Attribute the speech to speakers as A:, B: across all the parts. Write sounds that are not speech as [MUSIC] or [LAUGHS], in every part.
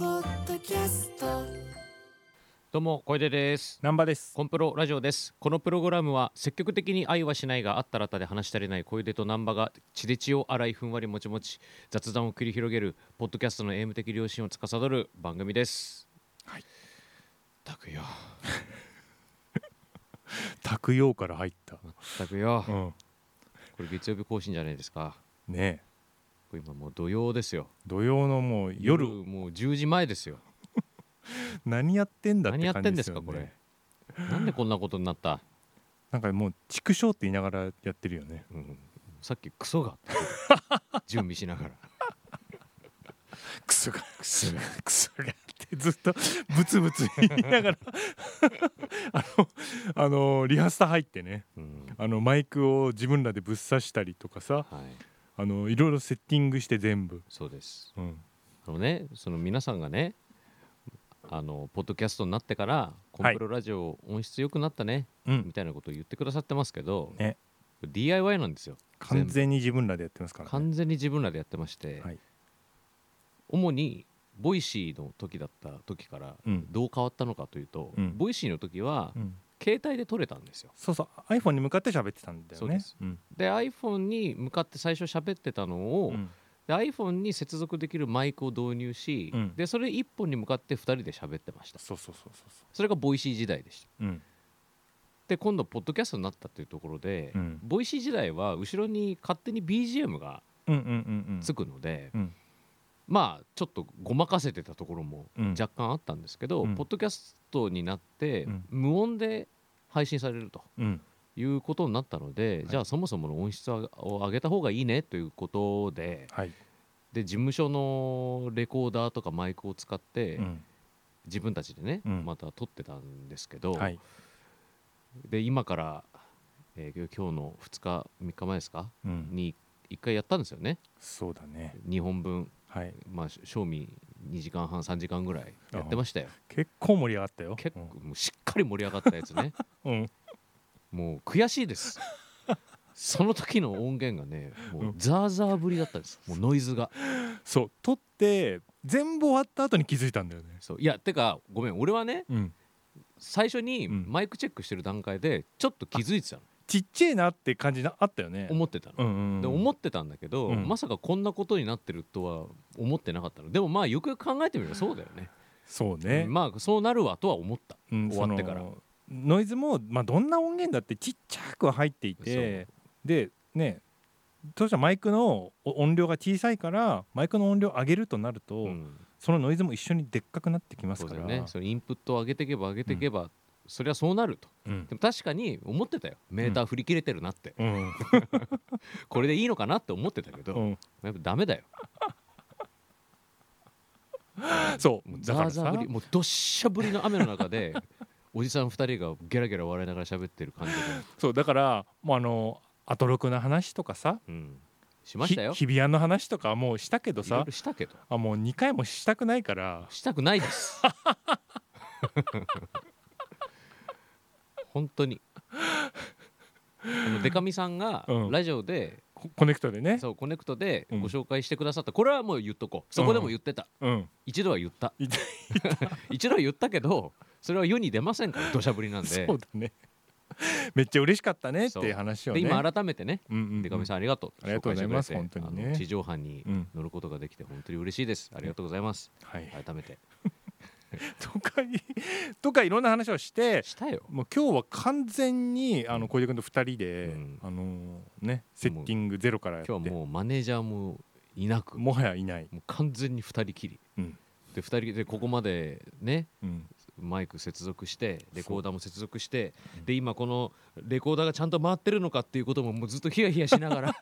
A: キャスト
B: どうも小出です
C: ナンバです。
B: コンプロラジオですこのプログラムは積極的に愛はしないがあったらたで話し足りない小出と難波が血で血を洗いふんわりもちもち雑談を繰り広げるポッドキャストのエーム的良心を司る番組です
C: はい
B: たくよ
C: 卓用から入った。
B: たくよ
C: うん。
B: これ月曜日更新じゃないですか
C: ねえ
B: これ今もう土曜ですよ
C: 土曜のもう夜
B: もう10時前ですよ
C: 何やってんだって
B: 何やってん
C: 感じ
B: で
C: ですす
B: か
C: よ
B: これ
C: ね。
B: なんでこんなことになった、
C: なんかもう畜生って言いながらやってるよね。
B: うん、さっきクソが
C: [LAUGHS]
B: 準備しながら
C: クソがクソがクソがってずっとブツブツ言いながら [LAUGHS] あのあのリハスタ入ってね。
B: うん
C: あのマイクを自分らでぶっ刺したりとかさ、
B: はい
C: あのいろいろセッティングして全部。
B: そうです
C: うん。
B: あのね、その皆さんがね、あのポッドキャストになってから、コンプロラジオ音質良くなったね、
C: うん
B: み。たいなことを言ってくださってますけど、
C: ね
B: DIY なんですよ。
C: 完全に自分らでやってますから、ね。
B: 完全に自分らでやってまして、
C: はい
B: 主にボイシーの時だった時から
C: うん
B: どう変わったのかというと、
C: うん
B: ボイシーの時は
C: うん。
B: 携帯で撮れたんですよ。
C: そうそう iPhone に向かって喋ってたんだよね。
B: そうです
C: うん。
B: で iPhone に向かって最初喋ってたのを、
C: うん
B: で iPhone に接続できるマイクを導入し、
C: うん
B: でそれ一本に向かって2人で喋ってました。
C: そうそうそうそうそ
B: それがボイシー時代でした。
C: う。うん。
B: で今度ポッドキャストになったっていうところで、
C: うん
B: ボイシー時代は後ろに勝手に BGM が
C: うんうんうんうん。
B: つくので、
C: うん
B: まあちょっとごまかせてたところも
C: うん
B: 若干あったんですけど、
C: うん
B: ポッドキャストになって、
C: うん
B: 無音で配信されると
C: うん。
B: いうことになったので、
C: い
B: じゃあそもそもの音質を上げた方がいいねということで
C: はい。
B: で事務所のレコーダーとかマイクを使って、
C: うん。
B: 自分たちでね、
C: うん
B: また撮ってたんですけど、
C: はい。
B: で今から、えー今日の2日3日前ですか
C: うん。
B: に1回やったんですよね
C: そうだね。
B: 2本分、
C: はい。
B: まあ、賞味2時間半3時間ぐらいやってましたよ
C: 結構盛り上がったよ。
B: 結構もうしっかり盛り上がったやつ [LAUGHS] ね
C: うん。うん。
B: もう悔しいですその時の音源がねもううんザーザーぶりだったんですもうノイズが
C: そう。撮って全部終わった後に気づいたんだよね。
B: そういやてかごめん俺はね
C: うん。
B: 最初に
C: うん
B: マイクチェックしてる段階でちょっと気づいてたの、
C: ちっちゃいなって感じなあったよね。
B: 思ってたの、
C: うんうんうん。
B: で思ってたんだけど、
C: うん
B: まさかこんなことになってるとは思ってなかったのでもまあよくよく考えてみればそうだよね
C: そうね。
B: まあそうなるわとは思った
C: うん
B: 終わってから。
C: そのノイズもまあどんな音源だってちっちゃくは入っていて、でね。当時はマイクの音量が小さいからマイクの音量上げるとなると、
B: うん
C: そのノイズも一緒にでっかくなってきます
B: そう
C: か
B: だ
C: ら
B: よねそのインプットを上げていけば上げていけば、そりゃそうなると
C: うん
B: でも確かに思ってたよメーター振り切れてるなって、
C: うん
B: これでいいのかなって思ってたけど、
C: うん、
B: やっぱダメだよ
C: そう
B: もう
C: だ
B: ザ
C: か
B: ー
C: ら
B: ザー
C: さ
B: ぶりもうどっしゃぶりの雨の中で [LAUGHS] おじさん2人がゲラゲラ笑いながら喋ってる感じで、
C: そうだからもうあのアトロクの話とかさ
B: うん、しましたよ
C: ひ日比谷の話とかもうしたけど
B: いろい
C: さ
B: ろしたけど
C: あもう2回もしたくないから
B: したくないです本当にあのデカミさんが
C: うん
B: ラジオで、
C: ココネクトでね
B: そうコネクトで
C: うん
B: ご紹介してくださった、これはもう言っとこうそこでも言ってた、
C: うん
B: 一度は言った
C: 言った
B: 一度は言ったけどそれは世に出ませんから土砂降りなん
C: そ
B: で
C: うだね [LAUGHS] めっちゃ嬉しかったねって
B: そう
C: いう話を
B: で
C: ね
B: 今改めてね
C: うんうんうん
B: デカミさんありがとう
C: ありがとうございます
B: 紹介してくれて
C: 本当にね
B: あの地上波に
C: うん
B: 乗ることができて本当に嬉しいですありがとうございます
C: はい [LAUGHS]
B: 改めて
C: とかい [LAUGHS] とかいろんな話をして
B: したよ
C: もう今日は完全にあの小出君と2人で、
B: うん
C: あのねセッティングゼロからやって
B: 今日はもうマネージャーもいなく
C: もはやいない、
B: もう完全に2人きり
C: うん
B: で2人でここまでね
C: うん、
B: マイク接続してレコーダーも接続して
C: うん
B: で今このレコーダーがちゃんと回ってるのかっていうことももうずっとヒヤヒヤしなが
C: [LAUGHS]
B: ら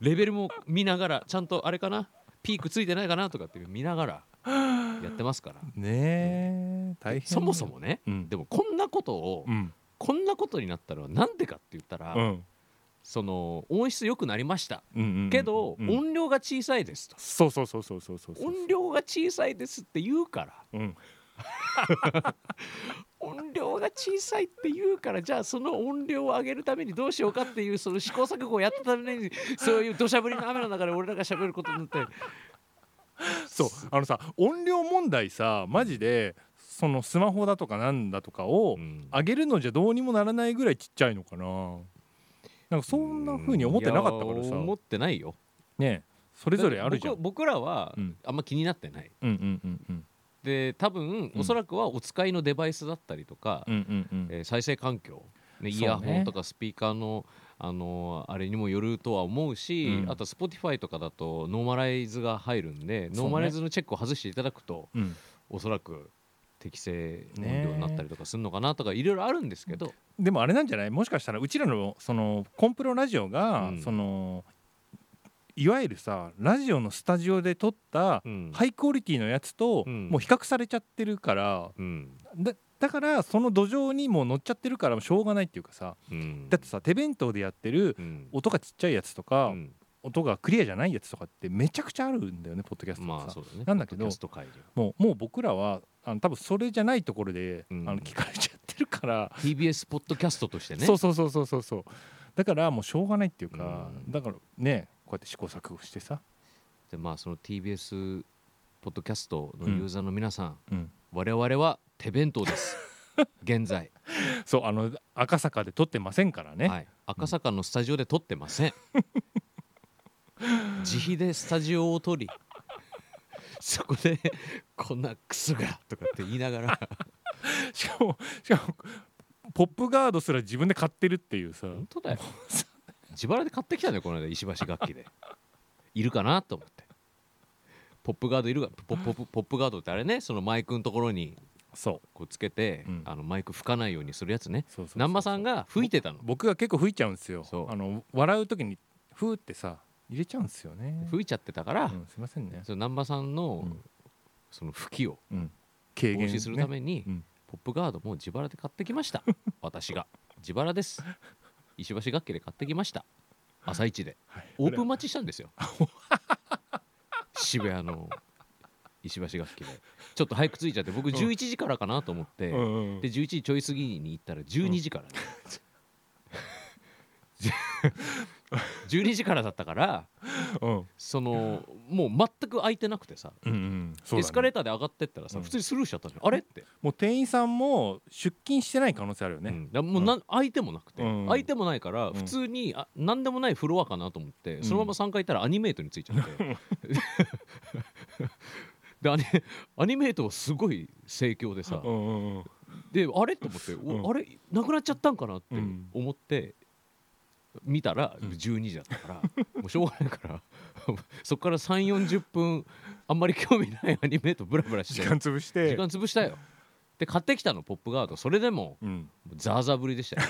B: レベルも見ながらちゃんとあれかなピークついてないかなとかって見ながらやってますから
C: ねえ大変
B: そもそもね
C: うん
B: でもこんなことを
C: うん
B: こんなことになったのはなんでかって言ったら
C: うん
B: その音質良くなりました
C: うんうんうん
B: けど
C: うん
B: 音量が小さいですと
C: そうそうそうそうそうそうそう
B: 音量が小さいですって言うから
C: うん
B: 音量が小さいって言うからじゃあその音量を上げるためにどうしようかっていうその試行錯誤をやってたのにそういう土砂降りの雨の中で俺らが喋ることになって
C: そうあのさ音量問題さマジでそのスマホだとかなんだとかを
B: うん
C: 上げるのじゃどうにもならないぐらいちっちゃいのかななんかそんな風に思ってなかったから
B: い
C: さ
B: や思ってないよ
C: ねそれぞれあるじゃん
B: 僕僕らは
C: うん
B: あんま気になってない
C: うんうんうんうん
B: で多分
C: うん
B: おそらくはお使いのデバイスだったりとか、
C: うんうんうん
B: えー再生環境、ね、
C: そうね
B: イヤホンとかスピーカーの、あのーあれにもよるとは思うし、
C: うん
B: あと Spotify とかだとノーマライズが入るんで、
C: そう
B: ノ
C: ね
B: ーマライズのチェックを外していただくと
C: うん
B: おそらく適正音
C: ね
B: 量になったりとかするのかなとかいろいろあるんですけど、
C: でもあれなんじゃないもしかしたらうちらのそのコンプロラジオが、
B: うん
C: そのいわゆるさラジオのスタジオで撮った
B: うん
C: ハイクオリティのやつと、
B: うん
C: もう比較されちゃってるから
B: うん
C: だだからその土壌にもう乗っちゃってるからしょうがないっていうかさ
B: うん
C: だってさ手弁当でやってる
B: うん
C: 音がちっちゃいやつとか、
B: うん
C: 音がクリアじゃないやつとかってめちゃくちゃあるんだよねポッドキャストとか
B: ま
C: さ
B: あそうだね
C: なんだけど
B: ポッドキャスト界
C: [LAUGHS]
B: では
C: もうもう僕らはあの多分それじゃないところで、
B: うん
C: あの聞かれちゃってるから、
B: TBS ポッドキャストとしてね
C: そうそうそうそうそうそうだからもうしょうがないっていうか、
B: うん
C: だからねこうやって試行錯誤してさ、
B: でまあその TBS ポッドキャストのユーザーの皆さん、
C: うん、
B: 我々は手弁当です
C: [LAUGHS]
B: 現在
C: そうあの赤坂で撮ってませんからね、
B: はい、赤坂のスタジオで撮ってません自費でスタジオを撮りそこで「こんなクソが」とかって言いながら
C: しかもしかもポップガードすら自分で買ってるっていうさ
B: 本当だよ [LAUGHS] 自腹で買ってきたんだよこの間石橋楽器でいるかなと思ってポップガードいるかポポポポップガードってあれねそのマイクのところに
C: そう
B: こうつけて、
C: うん
B: あのマイク吹かないようにするやつね
C: そうそうそう
B: 難波さんが吹いてたの
C: 僕が結構吹いちゃうんですよ
B: そう
C: あの笑う時にふーってさ入れちゃうんですよね
B: 吹いちゃってたから、
C: うん、すいませんね、
B: その難波さんの、
C: うん
B: その吹きを
C: うん、軽
B: 防
C: 減、ね、
B: 止するために、
C: うん
B: ポップガードも自腹で買ってきました
C: [LAUGHS]
B: 私が自腹です石橋楽器で買ってきました朝一で
C: はい
B: オープン待ちしたん
C: [LAUGHS]
B: ですよ渋谷の石橋楽器でちょっと早く着いちゃって僕
C: ん
B: 11時からかなと思って、
C: うんうんうん
B: で11時ちょい過ぎに行ったら12時
C: [LAUGHS]
B: から、ね12時からだったから
C: うん
B: そのもう全く空いてなくてさ、
C: うんうんそうだね
B: エスカレーターで上がってったらさ、
C: うん
B: 普通にスルーしちゃったのよあれって
C: もう店員さんも出勤してない可能性あるよ
B: う
C: ね、
B: んだからもうな、相手もなくて、
C: うん
B: 相手もないから
C: ん
B: 普通にあ何でもないフロアかなと思って、そのまま3回行ったらアニメートについちゃって、
C: [LAUGHS]
B: でアニアニメートはすごい盛況でさ、
C: うんうんうん
B: であれと思って、
C: うん
B: おあれなくなっちゃったんかなって
C: うん
B: 思って見たら
C: うん
B: 12時だったから、もうしょうがないから [LAUGHS] そこから3 4 0分あんまり興味ないアニメートブラブラして
C: 時間潰して
B: 時間潰したよで買ってきたのポップガードそれでも
C: うん、
B: ザーザーぶりでしたよ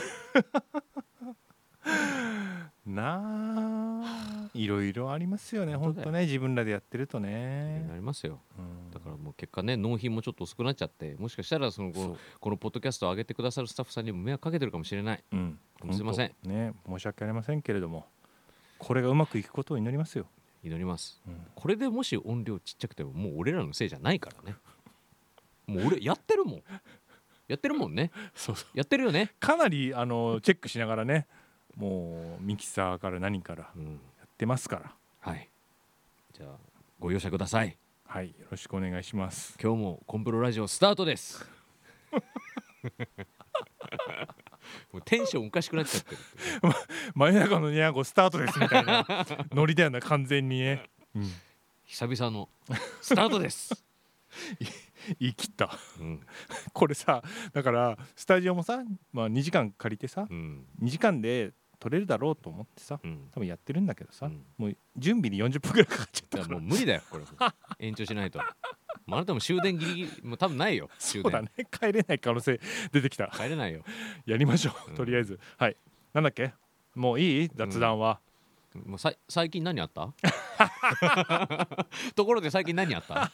C: なあいろいろありますよね
B: 本
C: 本
B: 当だよ
C: 当ね自分らでやってるとね
B: な、りますよ
C: うん
B: だからもう結果ね納品もちょっと遅くなっちゃってもしかしたらその
C: そ
B: こ
C: う
B: このポッドキャストを上げてくださるスタッフさんにも迷惑かけてるかもしれない
C: うん
B: すいません
C: 本当ね申し訳ありませんけれどもこれがうまくいくことを祈りますよ、
B: 祈ります
C: うん
B: これでもし音量ちっちゃくてももう俺らのせいじゃないからねもう俺やってるもんやってるもんね
C: そうそう
B: やってるよね、
C: かなりあのチェックしながらねもうミキサーから何からや
B: うん、
C: ってますから
B: はいじゃあご容赦ください
C: はいよろしくお願いします
B: 今日もコンプロラジオスタートですもうテンションおかしくなっちゃってる
C: 真夜中のニャーゴスタートですみた
B: [LAUGHS]
C: いなノリだよな完全にね、うん、
B: 久々のスタートです、
C: 言い切った
B: うん
C: これさだからスタジオもさ、まあ、2時間借りてさ
B: うん
C: 2時間で取れるだろうと思ってさ
B: うん、
C: 多分やってるんだけどさ、
B: うん
C: もう準備に40分ぐらいかかっちゃっ
B: い [LAUGHS]
C: た
B: や
C: か
B: も
C: ら
B: う無理だよこれもう延長しないともうあなたも終電ギリギリもう多分ないよ終
C: そうだ
B: 電
C: ね帰れない可能性出てきた [LAUGHS]
B: 帰れないよ
C: やりましょう、
B: うん
C: とりあえずはいなんだっけもういい雑談は、
B: もうさい最近何あった
C: [LAUGHS]
B: ところで最近何あった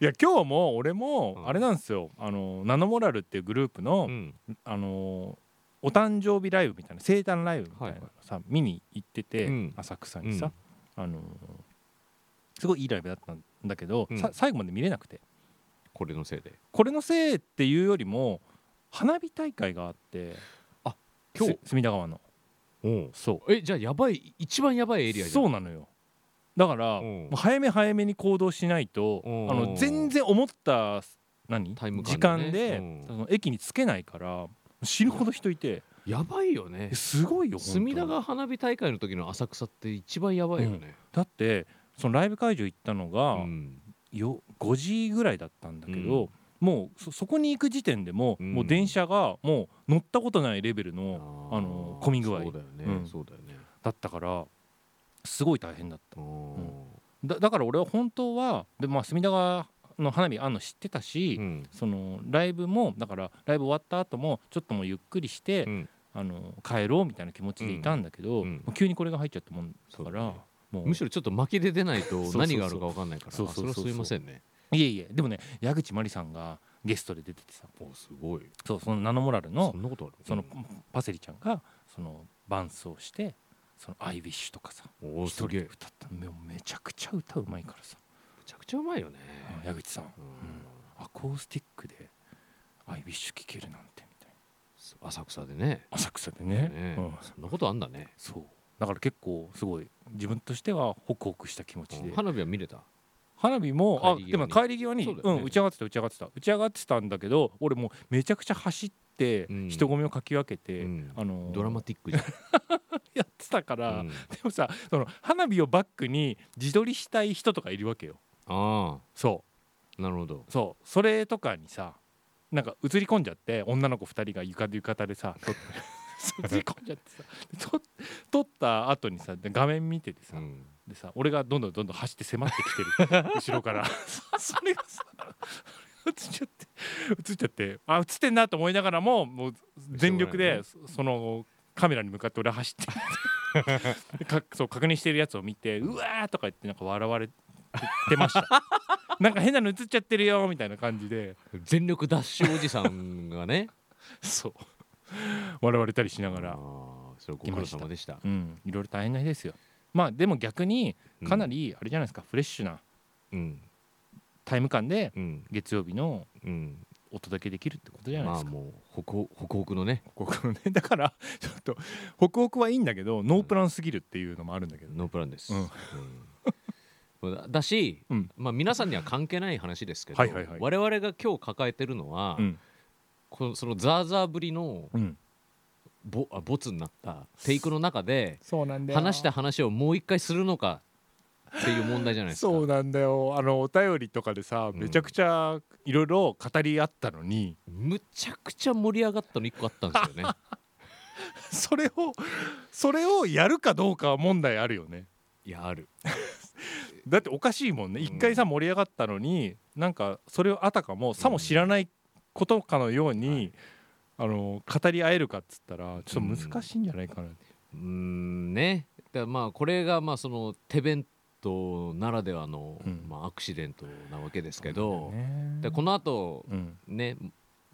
C: いや今日も俺
B: う
C: も
B: ん
C: あれなんですよ、あのナノモラルっていうグループの、
B: うん
C: あのお誕生日ライブみたいな生誕ライブみたいなのをさ、見に行ってて、
B: うん
C: 浅草にさ、あのすごいいいライブだったんだけど、
B: うん
C: さ最後まで見れなくて
B: これのせいで
C: これのせいっていうよりも花火大会があって
B: あ今日
C: す隅田川の
B: お
C: そ
B: えじゃあやばい一番やばいうエリアじゃん
C: そうなのよだから、
B: うん
C: もう早め早めに行動しないと、
B: うん
C: あの全然思った何
B: タイム
C: 時
B: 感でね
C: 間で、
B: うん
C: その駅に着けないから死ぬほど人いて
B: やばいよね
C: えすごいよ本当に
B: 隅田川花火大会の時の浅草って一番やばいよね、
C: だってそのライブ会場行ったの
B: う
C: が、
B: ん
C: よ5時ぐらいだったんだけど、もうそそこに行く時点でも、
B: うん
C: もう電車がもう乗ったことないレベルの
B: ー
C: あの混み具合
B: そうだよね、
C: うん
B: そうだよね
C: だったからすごい大変だった
B: うん
C: だだから俺は本当はで、まあ、隅田川の花火あんの知ってたし、
B: うん
C: そのライブもだからライブ終わった後もちょっともうゆっくりして、
B: うん
C: あの帰ろうみたいな気持ちでいたんだけど、
B: うんうん
C: もう急にこれが入っちゃったもんだ
B: そう
C: か
B: だ
C: ら
B: ね
C: もう
B: むしろちょっと負けで出ない
C: そうそ
B: と
C: うそう
B: 何があるか分かんないから
C: そう
B: あ
C: そう
B: そ
C: そ
B: れ
C: う
B: は
C: そう
B: すいませんね
C: いえいえでもね矢口真理さんがゲストで出ててさ
B: おすごい
C: そうそのナノモラルの
B: そんなことある
C: そのパセリちゃんがその伴奏して「そのアイウィッシュとかさ
B: お
C: 一
B: す
C: 人
B: げ
C: で
B: えめ
C: 歌ったもうめちゃくちゃ歌うまいからさ
B: ちゃくちゃうまいよね
C: あ矢口さん
B: うん
C: アコースティックで「アイウィッシュ聴けるなんてみたいな
B: 浅草でね
C: 浅草で
B: ね
C: ねうん、
B: そんなことあんだね
C: そうだから結構すごい自分としてはホクホクした気持ちで
B: 花火は見れた
C: 花火もあ
B: 帰り際に
C: でも帰り際に
B: そううだよね
C: ん打ち上がってた打ち上がってた打ち上がってたんだけど俺もうめちゃくちゃ走って
B: うん
C: 人混みをかき分けて、
B: うん
C: あのー
B: ドラマティックじ
C: [LAUGHS]
B: ゃん
C: やってたから、
B: うん
C: でもさその花火をバックに自撮りしたい人とかいるわけよ
B: あ
C: そ
B: あなるほど
C: うそうそれとかにさなんか映り込んじゃって女の子2人が床で浴衣でさ撮って
B: [LAUGHS]
C: 映り込んじゃってさ撮撮った後にさで画面見ててさ、
B: うん
C: でさ俺がどんどんどんどん走って迫ってき [LAUGHS] てる後ろからそそれがさ映っちゃって映っちゃってあ映ってんなと思いながらももう全力でそそのカメラに向かって俺は走って [LAUGHS] かそう確認してるやつを見て「うわ!」とか言ってなんか笑われてました [LAUGHS] なんか変なの映っちゃってるよみたいな感じで
B: 全力ダッシュおじさんが
C: [LAUGHS]
B: ね
C: そう笑われたりしなが
B: あー
C: ら、
B: それご苦労様でした
C: うん、いろいろ大変な日ですよまあでも逆にかなりあれじゃないですか、フレッシュな
B: うん
C: タイム感で
B: うん
C: 月曜日の
B: うん
C: お届けできるってことじゃないで
B: ますあ
C: か、
B: もうホクホクホクのね
C: ホクホクのね [LAUGHS] だからちょっとホクホクはいいんだけどノープランすぎるっていうのもあるんだけど、
B: ノープランです、
C: うん
B: うん [LAUGHS] だだし、
C: うん
B: まあ、皆さんには関係ない話ですけど、
C: はいはいはい
B: 我々が今日抱えてるのは、
C: うん
B: このそのザーザーぶりの
C: うん、
B: ボあボツになったテイクの中で
C: そうなん
B: 話した話をもう一回するのかっていう問題じゃないですか。
C: そうなんだよあのお便りとかでさ
B: うん
C: めちゃくちゃいろいろ語り合ったのに、 [LAUGHS]
B: むちゃくちゃ盛り上がったの一個あったんですよね。
C: それをそれをやるかどうかは問題あるよね
B: いやある。
C: だっておかしいもんね
B: うん
C: 一回さ盛り上がったのになんかそれをあたかもさも知らないことかのよう
B: うんは
C: に
B: い、
C: あの語り合えるかっつったらちょっと難しいんじゃないかな、
B: うーんね。だからまあこれがまあその手弁当ならではの、
C: うん
B: まあ、アクシデントなわけですけど、
C: ね
B: でこの後
C: うん
B: ね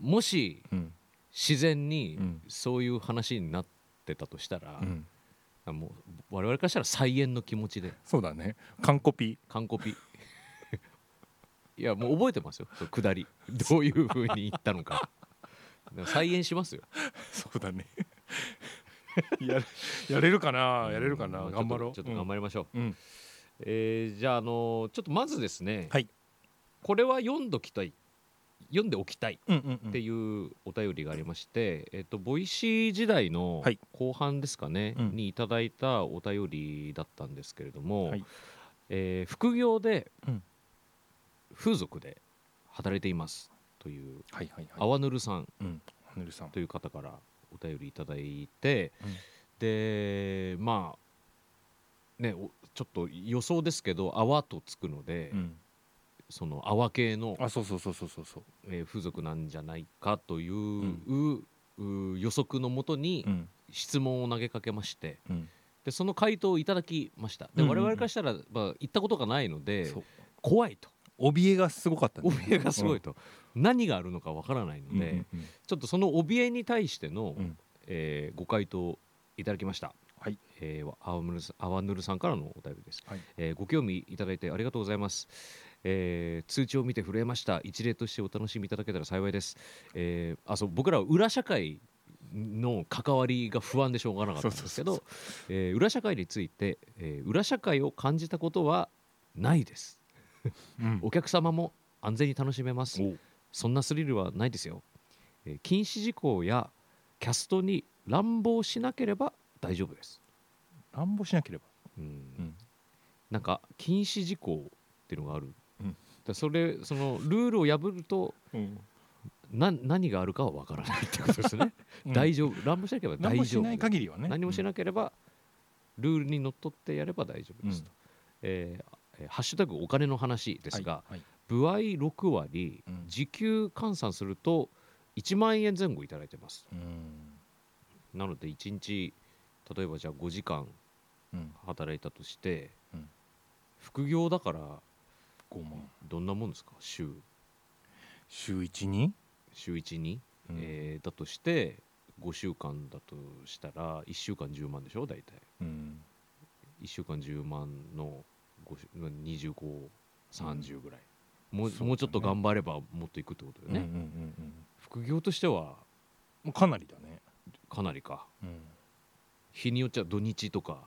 B: もし
C: うん
B: 自然
C: う
B: に
C: ん
B: そういう話になってたとしたら
C: う、ん、
B: もう我々からしたら再演の気持ちで
C: そうだね完コピ
B: 完コピ [LAUGHS] いやもう覚えてますよその下りどういうふうに言ったのかでも再演しますよ
C: そうだね [LAUGHS] やれやれるかなやれるかな、
B: ん
C: 頑張ろう
B: ちょっとちょっと頑張りましょう、
C: うん、うん
B: えーじゃあ、あのーちょっとまずですね、
C: はい
B: これは読んどきたい読んでおきたい
C: うんうんうん
B: っていうお便りがありまして、えっと、ボイシー時代の
C: はい
B: 後半ですかね、
C: うん
B: にいただいたお便りだったんですけれども、
C: はい
B: えー副業で
C: うん
B: 風俗で働いていますという
C: はいはいはい
B: 泡ぬるさん
C: うんはねるさん
B: という方からお便りいただいて、
C: うん
B: でまあねおちょっと予想ですけど泡とつくので、
C: うん
B: その泡系の
C: あそうそうそうそうそうそう
B: えー風俗なんじゃないかという,、
C: ん
B: う予測のもとに
C: うん
B: 質問を投げかけまして
C: うん
B: でその回答をいただきましたで
C: うん
B: 我
C: うんうん
B: 々からしたら、まあ、行ったことがないので
C: そう
B: 怖いと
C: 怯えがすごかったね
B: 怯えがすごいと、何があるのかわからないの
C: うん
B: で、
C: うんうん
B: ちょっとその怯えに対しての、
C: うん
B: えーご回答いただきました。
C: はい
B: えー、あわむるさんあわぬるさんからのお便りです、
C: はい
B: えーご興味いただいてありがとうございます、えー通知を見て震えました一例としてお楽しみいただけたら幸いです、えーあそう僕らは裏社会の関わりが不安でしょうがなかったんですけどえー裏社会について、えー裏社会を感じたことはないです
C: うん
B: お客様も安全に楽しめます
C: お
B: そんなスリルはないですよ、えー禁止事項やキャストに乱暴しなければ大丈夫です、
C: 乱暴しなければ、
B: うん
C: うん
B: なんか禁止事項っていうのがある、
C: うん
B: だからそれそのルールを破るとな何があるかは分からないってこと
C: [LAUGHS]
B: ですね、大
C: 丈
B: 丈夫乱暴しなければ
C: 何
B: 大
C: もし
B: 丈夫
C: ない限りはね
B: 何もし
C: い、
B: なければルールにのっとってやれば大丈夫ですと、えーえーハッシュタグお金の話ですが、
C: はいはい
B: 部合6割
C: うん
B: 時給換算すると1万円前後いただいてます
C: うん
B: なので1日例えばじゃあ5時間
C: うん、
B: 働いたとして、
C: うん
B: 副業だから
C: 5万
B: どんなもんですか週
C: 週1に、
B: 週1に、
C: うん
B: えーだとして5週間だとしたら1週間10万でしょ大体
C: うん
B: 1週間10万の2530ぐらい、もう
C: そうだね
B: もうちょっと頑張ればもっといくってことだよね、
C: うんうんうんうん
B: 副業としては
C: もうかなりだね、
B: かなりか
C: うん、
B: 日によっちゃ土日とか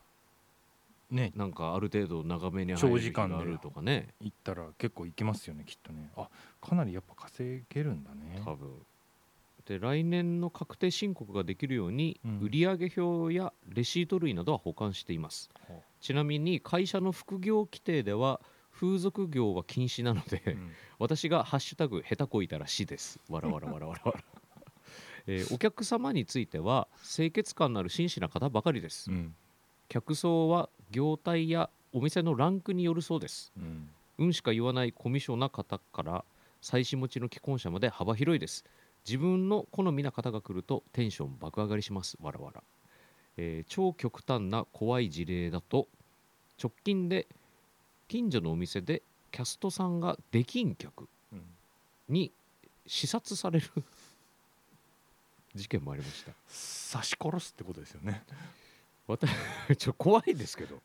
C: ね
B: なんかある程度長めに入
C: 長
B: る
C: 時
B: 日
C: 間で
B: があるとかね
C: 行ったら結構行きますよねきっとねあかなりやっぱ稼げるんだね
B: 多分で来年の確定申告ができるように、
C: うん
B: 売上表やレシート類などは保管していますちなみに会社の副業規定では風俗業は禁止なので、
C: うん
B: 私が「ハッシュタグ下手こいたらし」です。わらわらわらわら
C: [LAUGHS]
B: わら、えーお客様については清潔感のある真摯な方ばかりです。
C: うん
B: 客層は業態やお店のランクによるそうです。
C: うん
B: うんしか言わないコミュ障な方から妻子持ちの既婚者まで幅広いです自分の好みな方が来るとテンション爆上がりしますわらわら、えー超極端な怖い事例だと直近で近所のお店でキャストさんが出禁客
C: うん
B: に視察される [LAUGHS] 事件もありました
C: 刺し殺すってことですよね
B: 私 [LAUGHS] ちょ怖いですけど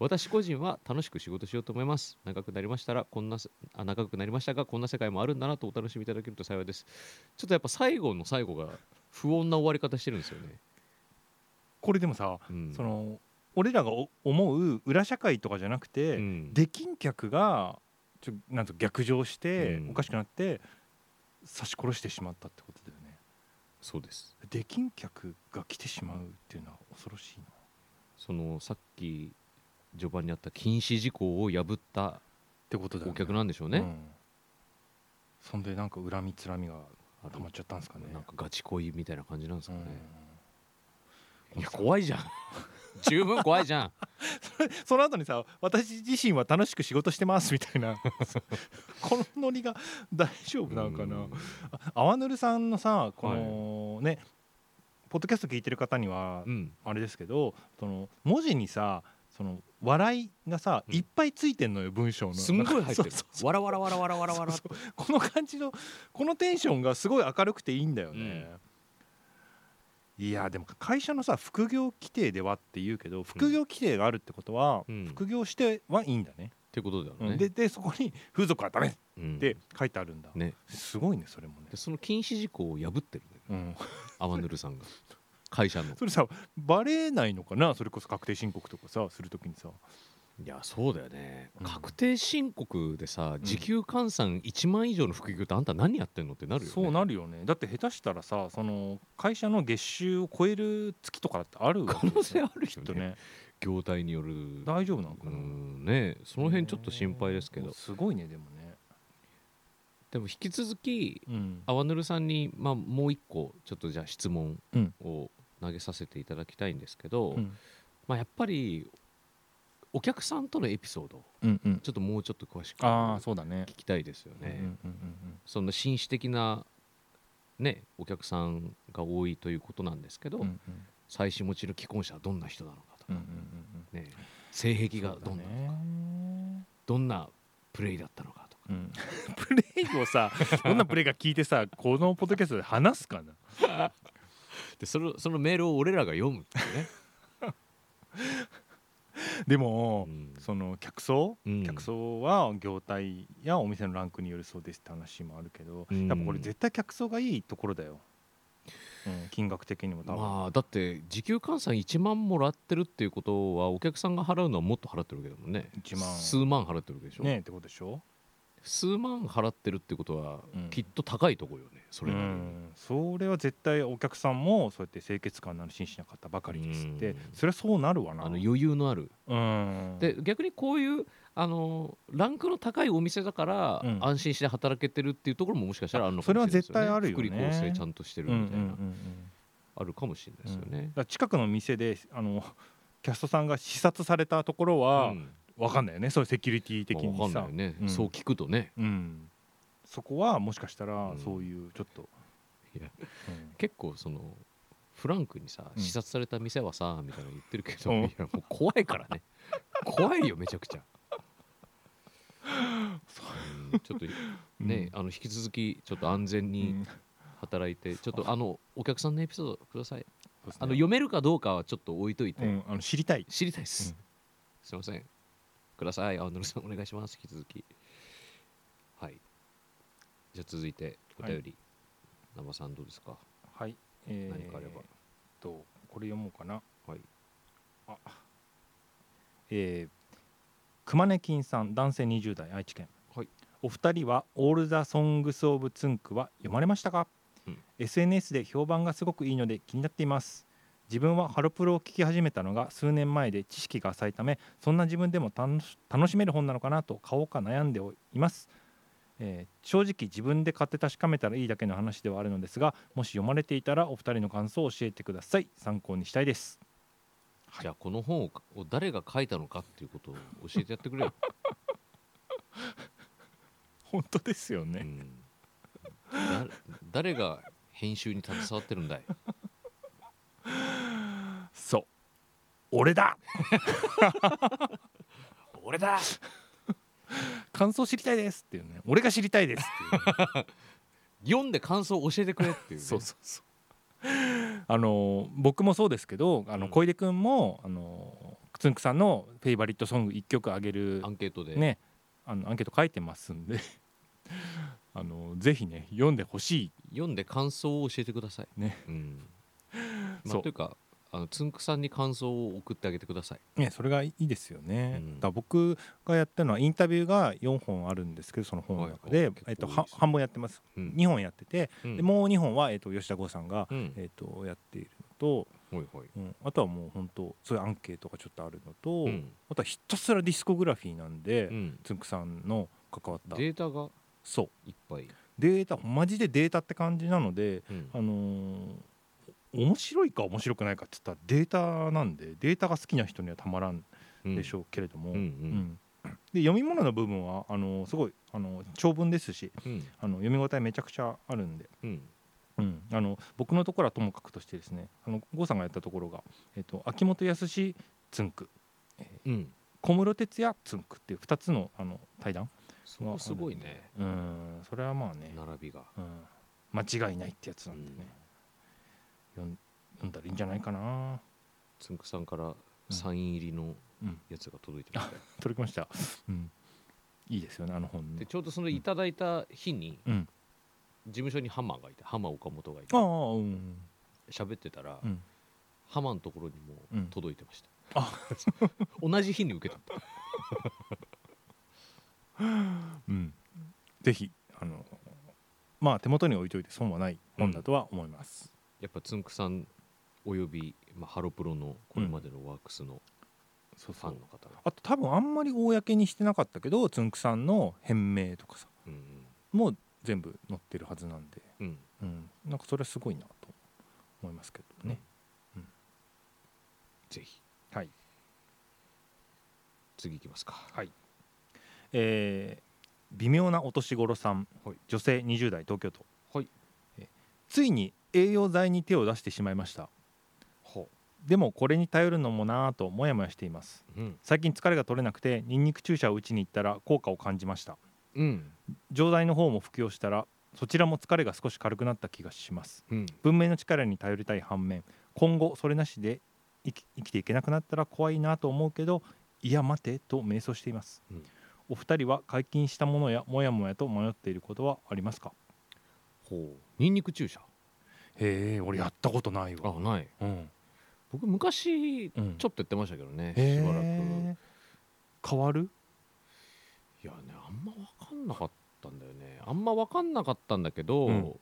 B: 私個人は楽しく仕事しようと思います長くなりましたらこんなせあ長くなりましたがこんな世界もあるんだなとお楽しみいただけると幸いですちょっとやっぱ最後の最後が不穏な終わり方してるんですよね、
C: これでもさ、
B: うん、
C: その俺らがお思う裏社会とかじゃなくて、
B: うん
C: 出禁客がちょなんと逆上して、
B: うん
C: おかしくなって刺し殺してしまったってことだよね
B: そうです
C: 出禁客が来てしまうっていうのは恐ろしいな
B: そのさっき序盤にあった禁止事項を破った
C: ってことだよ
B: お
C: ね
B: 客なんでしょうね
C: うんそんでなんか恨みつらみが
B: あ
C: 溜
B: と
C: まっちゃったんですかね
B: なんかガチ恋みたいな感じなんです
C: う
B: か
C: ん
B: ね、いや怖いじゃん [LAUGHS] 十分怖いじゃん
C: その後にさ私自身は楽しく仕事してますみたいな [LAUGHS] このノリが大丈夫なのかな、
B: うん
C: あわぬるさんのさこのね、ポッドキャスト聞いてる方には
B: うん
C: あれですけどその文字にさその笑いがさ、
B: うん
C: いっぱいついてんのよ文章の
B: すんごい入ってる
C: [LAUGHS] そうそう
B: わらわらわらわらわらわら
C: そうこの感じのこのテンションがすごい明るくていいんだよね、いやでも会社のさ副業規定ではって言うけど副業規定があるってことは、
B: うん
C: 副業してはいいんだね、
B: ってことだよ
C: うん
B: ね。
C: ででそこに「風俗はダメ!」っ
B: うん
C: て書いてあるんだ、
B: ね、
C: すごいねそれもね
B: で、その禁止事項を破ってるね、
C: うん、
B: アマヌルさ
C: [LAUGHS]
B: んが。会社の。
C: それさバレないのかなそれこそ確定申告とかさするときにさ
B: いや、そうだよね。
C: うん
B: 確定申告でさ、時給換算1万以上の副業ってあんた何やってんのってなるよね。
C: そうなるよねだって下手したらさその会社の月収を超える月とかだってあるわ
B: 可
C: け
B: 能
C: です
B: 性
C: よ
B: ある
C: き
B: 人
C: っと
B: ね
C: [LAUGHS] ね
B: 業態による。
C: 大丈夫なのか
B: う
C: な、
B: んね、その辺ちょっと心配ですけ
C: うん
B: ど
C: すごいねでもね
B: でも引き続き
C: うん
B: アワヌルさんに、まあ、もう一個ちょっとじゃあ質問
C: うん
B: を投げさせていただきたいんですけど、
C: うん
B: まあ、やっぱりお客さんとのエピソード
C: うんうん
B: ちょっともうちょっと詳しく
C: ああ
B: 聞
C: そうだね
B: きたいですよね。
C: うんうんうん
B: そんな紳士的な、ね、お客さんが多いということなんですけど、
C: うんうん
B: 妻子持ちの既婚者はどんな人なのかと
C: う
B: か、
C: んうんうん
B: ね、性
C: う
B: 癖
C: ん
B: がどんな、
C: そうだね
B: どんなプレイだったのかとか
C: うんプレイをさどんなプレイが聞いてさこのポッドキャストで話すかな
B: でそのそのメールを俺らが読むっていうね。[LAUGHS]
C: で
B: う
C: も、
B: ん
C: その客層、
B: うん
C: 客層は業態やお店のランクによるそうですって話もあるけど、
B: うん
C: やっぱこれ絶対客層がいいところだようん金額的にも多分、
B: まあだって時給換算1万もらってるっていうことはお客さんが払うのはもっと払ってるわけだもんね
C: 1万
B: 数万払ってるわけでしょ、
C: ねえってことでしょ
B: 数万払ってるってことは
C: うん
B: きっと高いとこよねそれ
C: う
B: なりに
C: んそれは絶対お客さんもそうやって清潔感のある紳士な方ばかりですって、
B: うん
C: それはそうなるわな
B: あの余裕のある
C: うん
B: で逆にこういうあのランクの高いお店だから、
C: うん
B: 安心して働けてるっていうところももしかしたらあるのか
C: それ
B: も
C: は
B: しれないですよね
C: 絶対あるよね
B: 福利厚生ちゃんとしてる
C: うんうん
B: みたいな、
C: うんうん
B: あるかもしれないですよ
C: うんだ
B: ね
C: か、ら近くの店であのキャストさんが視察されたところ
B: うん
C: は、わかんないよねそういうセキュリティ的
B: まあ
C: に
B: わか
C: さ
B: んないよね、
C: うん
B: そう聞くとね
C: うん、そこはもしかしたら
B: うん
C: そういうちょっと、
B: いや
C: うん
B: 結構そのフランクにさ
C: うん
B: 視察された店はさ、みたいなの言ってるけど、
C: うん
B: いやもう怖いからね怖いよめちゃくちゃ、
C: [LAUGHS]
B: うんちょっとね、あの引き続きちょっと安全
C: うんう
B: に
C: ん
B: 働いて、ちょっとあのお客さんのエピソードください
C: そうですね
B: あの読めるかどうかはちょっと置いといて、
C: うん、あの知りたい
B: 知りたいです、
C: う
B: すいませんください青野さんお願いします引き続きはいじゃあ続いてお便り、生さんどうですか
C: はい、え
B: 何かあれば
C: とこれ読もうかな
B: はい
C: あえー熊根金さん男性20代愛知県、
B: はい
C: お二人は「オール・ザ・ソングス・オブ・ツンク」は読まれましたか、
B: うん
C: SNS で評判がすごくいいので気になっています自分はハロプロを聞き始めたのが数年前で知識が浅いためそんな自分でも楽し楽しめる本なのかなと買おうか悩んでおいます、えー正直自分で買って確かめたらいいだけの話ではあるのですがもし読まれていたらお二人の感想を教えてください参考にしたいですはい
B: じゃあこの本をを誰が書いたのかっていうことを教えてやってく
C: [LAUGHS]
B: れよ、
C: 本当ですよね
B: うん、だ誰が編集に携わってるんだい
C: そう俺だ [LAUGHS]
B: 俺だ
C: 感想知りたいですっていうね俺が知りたいですっていうね、
B: 読んで感想を教えてくれっていう、ね、
C: そうそうそうあのー僕もそうですけどあの
B: うん
C: 小出君もあのーつんくさんのフェイバリットソング1曲あげる
B: アンケートで、
C: ねあのアンケート書いてますんで [LAUGHS] あのーぜひね読んでほしい
B: 読んで感想を教えてください
C: ね、 [LAUGHS]
B: うんま
C: そ
B: あ、
C: う
B: というかあのつんくさんに感想を送ってあげてください
C: ね、それがいいですよね、
B: うん
C: だから僕がやったのはインタビューが4本あるんですけどその本の中で、
B: はい
C: えっと、
B: 結構いい
C: は
B: ですね
C: 半分やってます、
B: うん
C: 2本やってて、
B: うん
C: でもう2本は、えっと、吉田剛さんが、
B: うん
C: えっと、やっているのと、
B: はいはい
C: うんあとはもう本当そういうアンケートがちょっとあるのと、
B: うん
C: あとはひたすらディスコグラフィーなんで、
B: うん
C: つんくさんの関わった
B: データが
C: そう
B: いっぱい、
C: データマジでデータって感じなので、
B: うん
C: あのー面白いか面白くないかって言ったらデータなんでデータが好きな人にはたまらんでしょうけれども、
B: うんうん
C: うんで読み物の部分はあのすごいあの長文ですし
B: うんうん
C: あの読み応えめちゃくちゃあるんで、
B: うん
C: うん、あの僕のところはともかくとしてですねあの郷さんがやったところが、えっと秋元康つんく
B: うん
C: 小室哲哉つんくっていう2つのあの対談
B: そこすごいね
C: うんそれはまあね、
B: 並びが
C: うん、間違いないってやつなんでね、読ん、読んだらいいんじゃないかな
B: つんくさんからサイン入りの
C: うん
B: やつが届いてましたよ、
C: 届きました、うん、いいですよねあの本
B: で
C: ね
B: ちょうどそのいただいた日に
C: うん
B: 事務所にハマーがいてハマー岡本がいて
C: ああうん
B: 喋ってたら、
C: うん
B: ハマーのところに
C: う
B: も
C: ん
B: 届いてました、
C: あ
B: [LAUGHS] 同じ日に受け取った
C: うん、ぜひあのまあ手元に置いといて損はない本だとは思います、
B: やっぱつんくさんおよび、まあ、ハロプロのこれまでのワークスの
C: そ
B: ファンの方が、
C: あと多分あんまり公にしてなかったけどつんくさんの変名とかさ
B: うん
C: もう全部載ってるはずなんで、
B: うんうん
C: うん、なんかそれはすごいなと思いますけどね、
B: ぜひ
C: はい
B: 次いきますか
C: はいえー微妙なお年頃さん、
B: はい
C: 女性20代東京都、
B: はい
C: えついに栄養剤に手を出してしまいました
B: ほ
C: でもこれに頼るのもなぁとモヤモヤしています
B: ううん
C: 最近疲れが取れなくてニンニク注射を打ちに行ったら効果を感じました
B: うん
C: 錠剤の方も服用したらそちらも疲れが少し軽くなった気がします
B: うん
C: 文明の力に頼りたい反面今後それなしで生き生きていけなくなったら怖いなと思うけどいや待てと迷走しています、
B: うん
C: お二人は解禁したものやモヤモヤと迷っていることはありますか
B: ほうニンニク注射
C: へえ俺やったことない
B: あ
C: わ、
B: ない
C: うん
B: 僕昔ちょ
C: うん
B: っとやってましたけどね、
C: へ
B: しばらく
C: え変わる
B: いやねあんま分かんなかったんだよねあんま分かんなかったんだけど、
C: うん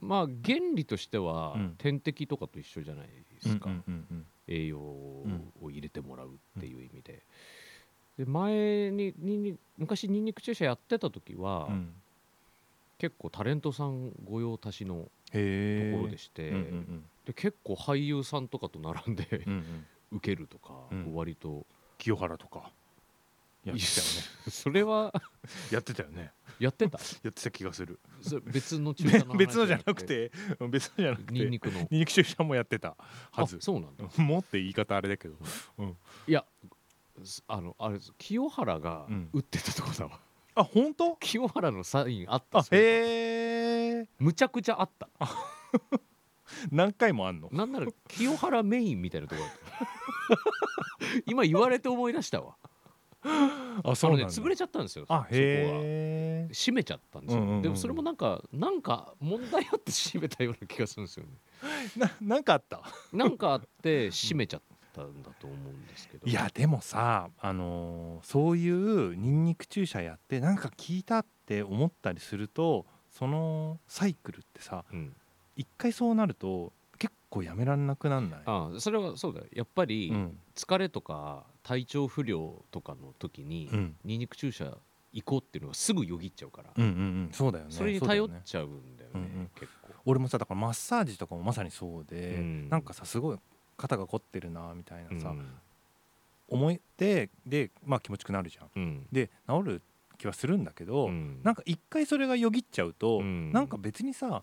B: まあ原理としては
C: うん
B: 点滴とかと一緒じゃないですか、
C: うんうんうん
B: 栄養を入れてもらうっていう意味で。で前ににんに昔ニンニク注射やってた時は、
C: うんうん
B: 結構タレントさん御用達のと
C: へえ
B: ころでして、
C: うんうん
B: で結構俳優さんとかと並んで [LAUGHS]
C: うんうんうん
B: 受けるとか、
C: うん
B: 割と
C: 清原とかやってたよね
B: [LAUGHS] それは
C: やってたよね
B: やって
C: [LAUGHS]
B: た
C: やってた気がする
B: それ別の注射の話
C: [LAUGHS] 別のじゃなくて別のじゃなくて
B: ニンニクの
C: ニンニク注射もやってたはず
B: あそうなんだ
C: もって言い方あれだけど、
B: いやすあのあれ清原が
C: うん
B: 打ってたとこだわ、
C: あ本当
B: 清原のサインあった
C: あ
B: そういえば
C: へえ
B: むちゃくちゃあった
C: 何回もあんの
B: なんなら清原メインみたいなとこだった
C: [LAUGHS]
B: 今言われて思い出したわ
C: あ
B: あのね潰れちゃったんですよ
C: あ
B: そこは
C: へえ
B: 閉めちゃったんですよ、
C: うんうんうん
B: でもそれもなんかなんか問題あって閉めたような気がするんですよね
C: ななんかあった
B: なんかあって閉めちゃったんだと思うんですけど
C: いやでもさあのーそういうニンニク注射やってなんか効いたって思ったりするとそのサイクルってさ
B: うん、
C: 一回そうなると結構やめらんなくなんない
B: ああそれはそうだよやっぱり
C: うん
B: 疲れとか体調不良とかの時に、
C: うん
B: ニンニク注射行こうっていうのがすぐよぎっちゃうから、
C: うんうんうんそうだよね
B: それに
C: うだ
B: 頼
C: よ
B: っ
C: ね
B: ちゃうんだよね
C: そうだよねうんうん
B: 結構
C: 俺もさだからマッサージとかもまさにそうで、
B: うん
C: なんかさすごい肩が凝ってるなみたいなさ、
B: うん
C: 思いででまあ気持ちよくなるじゃん
B: うん
C: で治る気はするんだけど、
B: うん
C: なんか一回それがよぎっちゃうと、
B: うん
C: なんか別にさ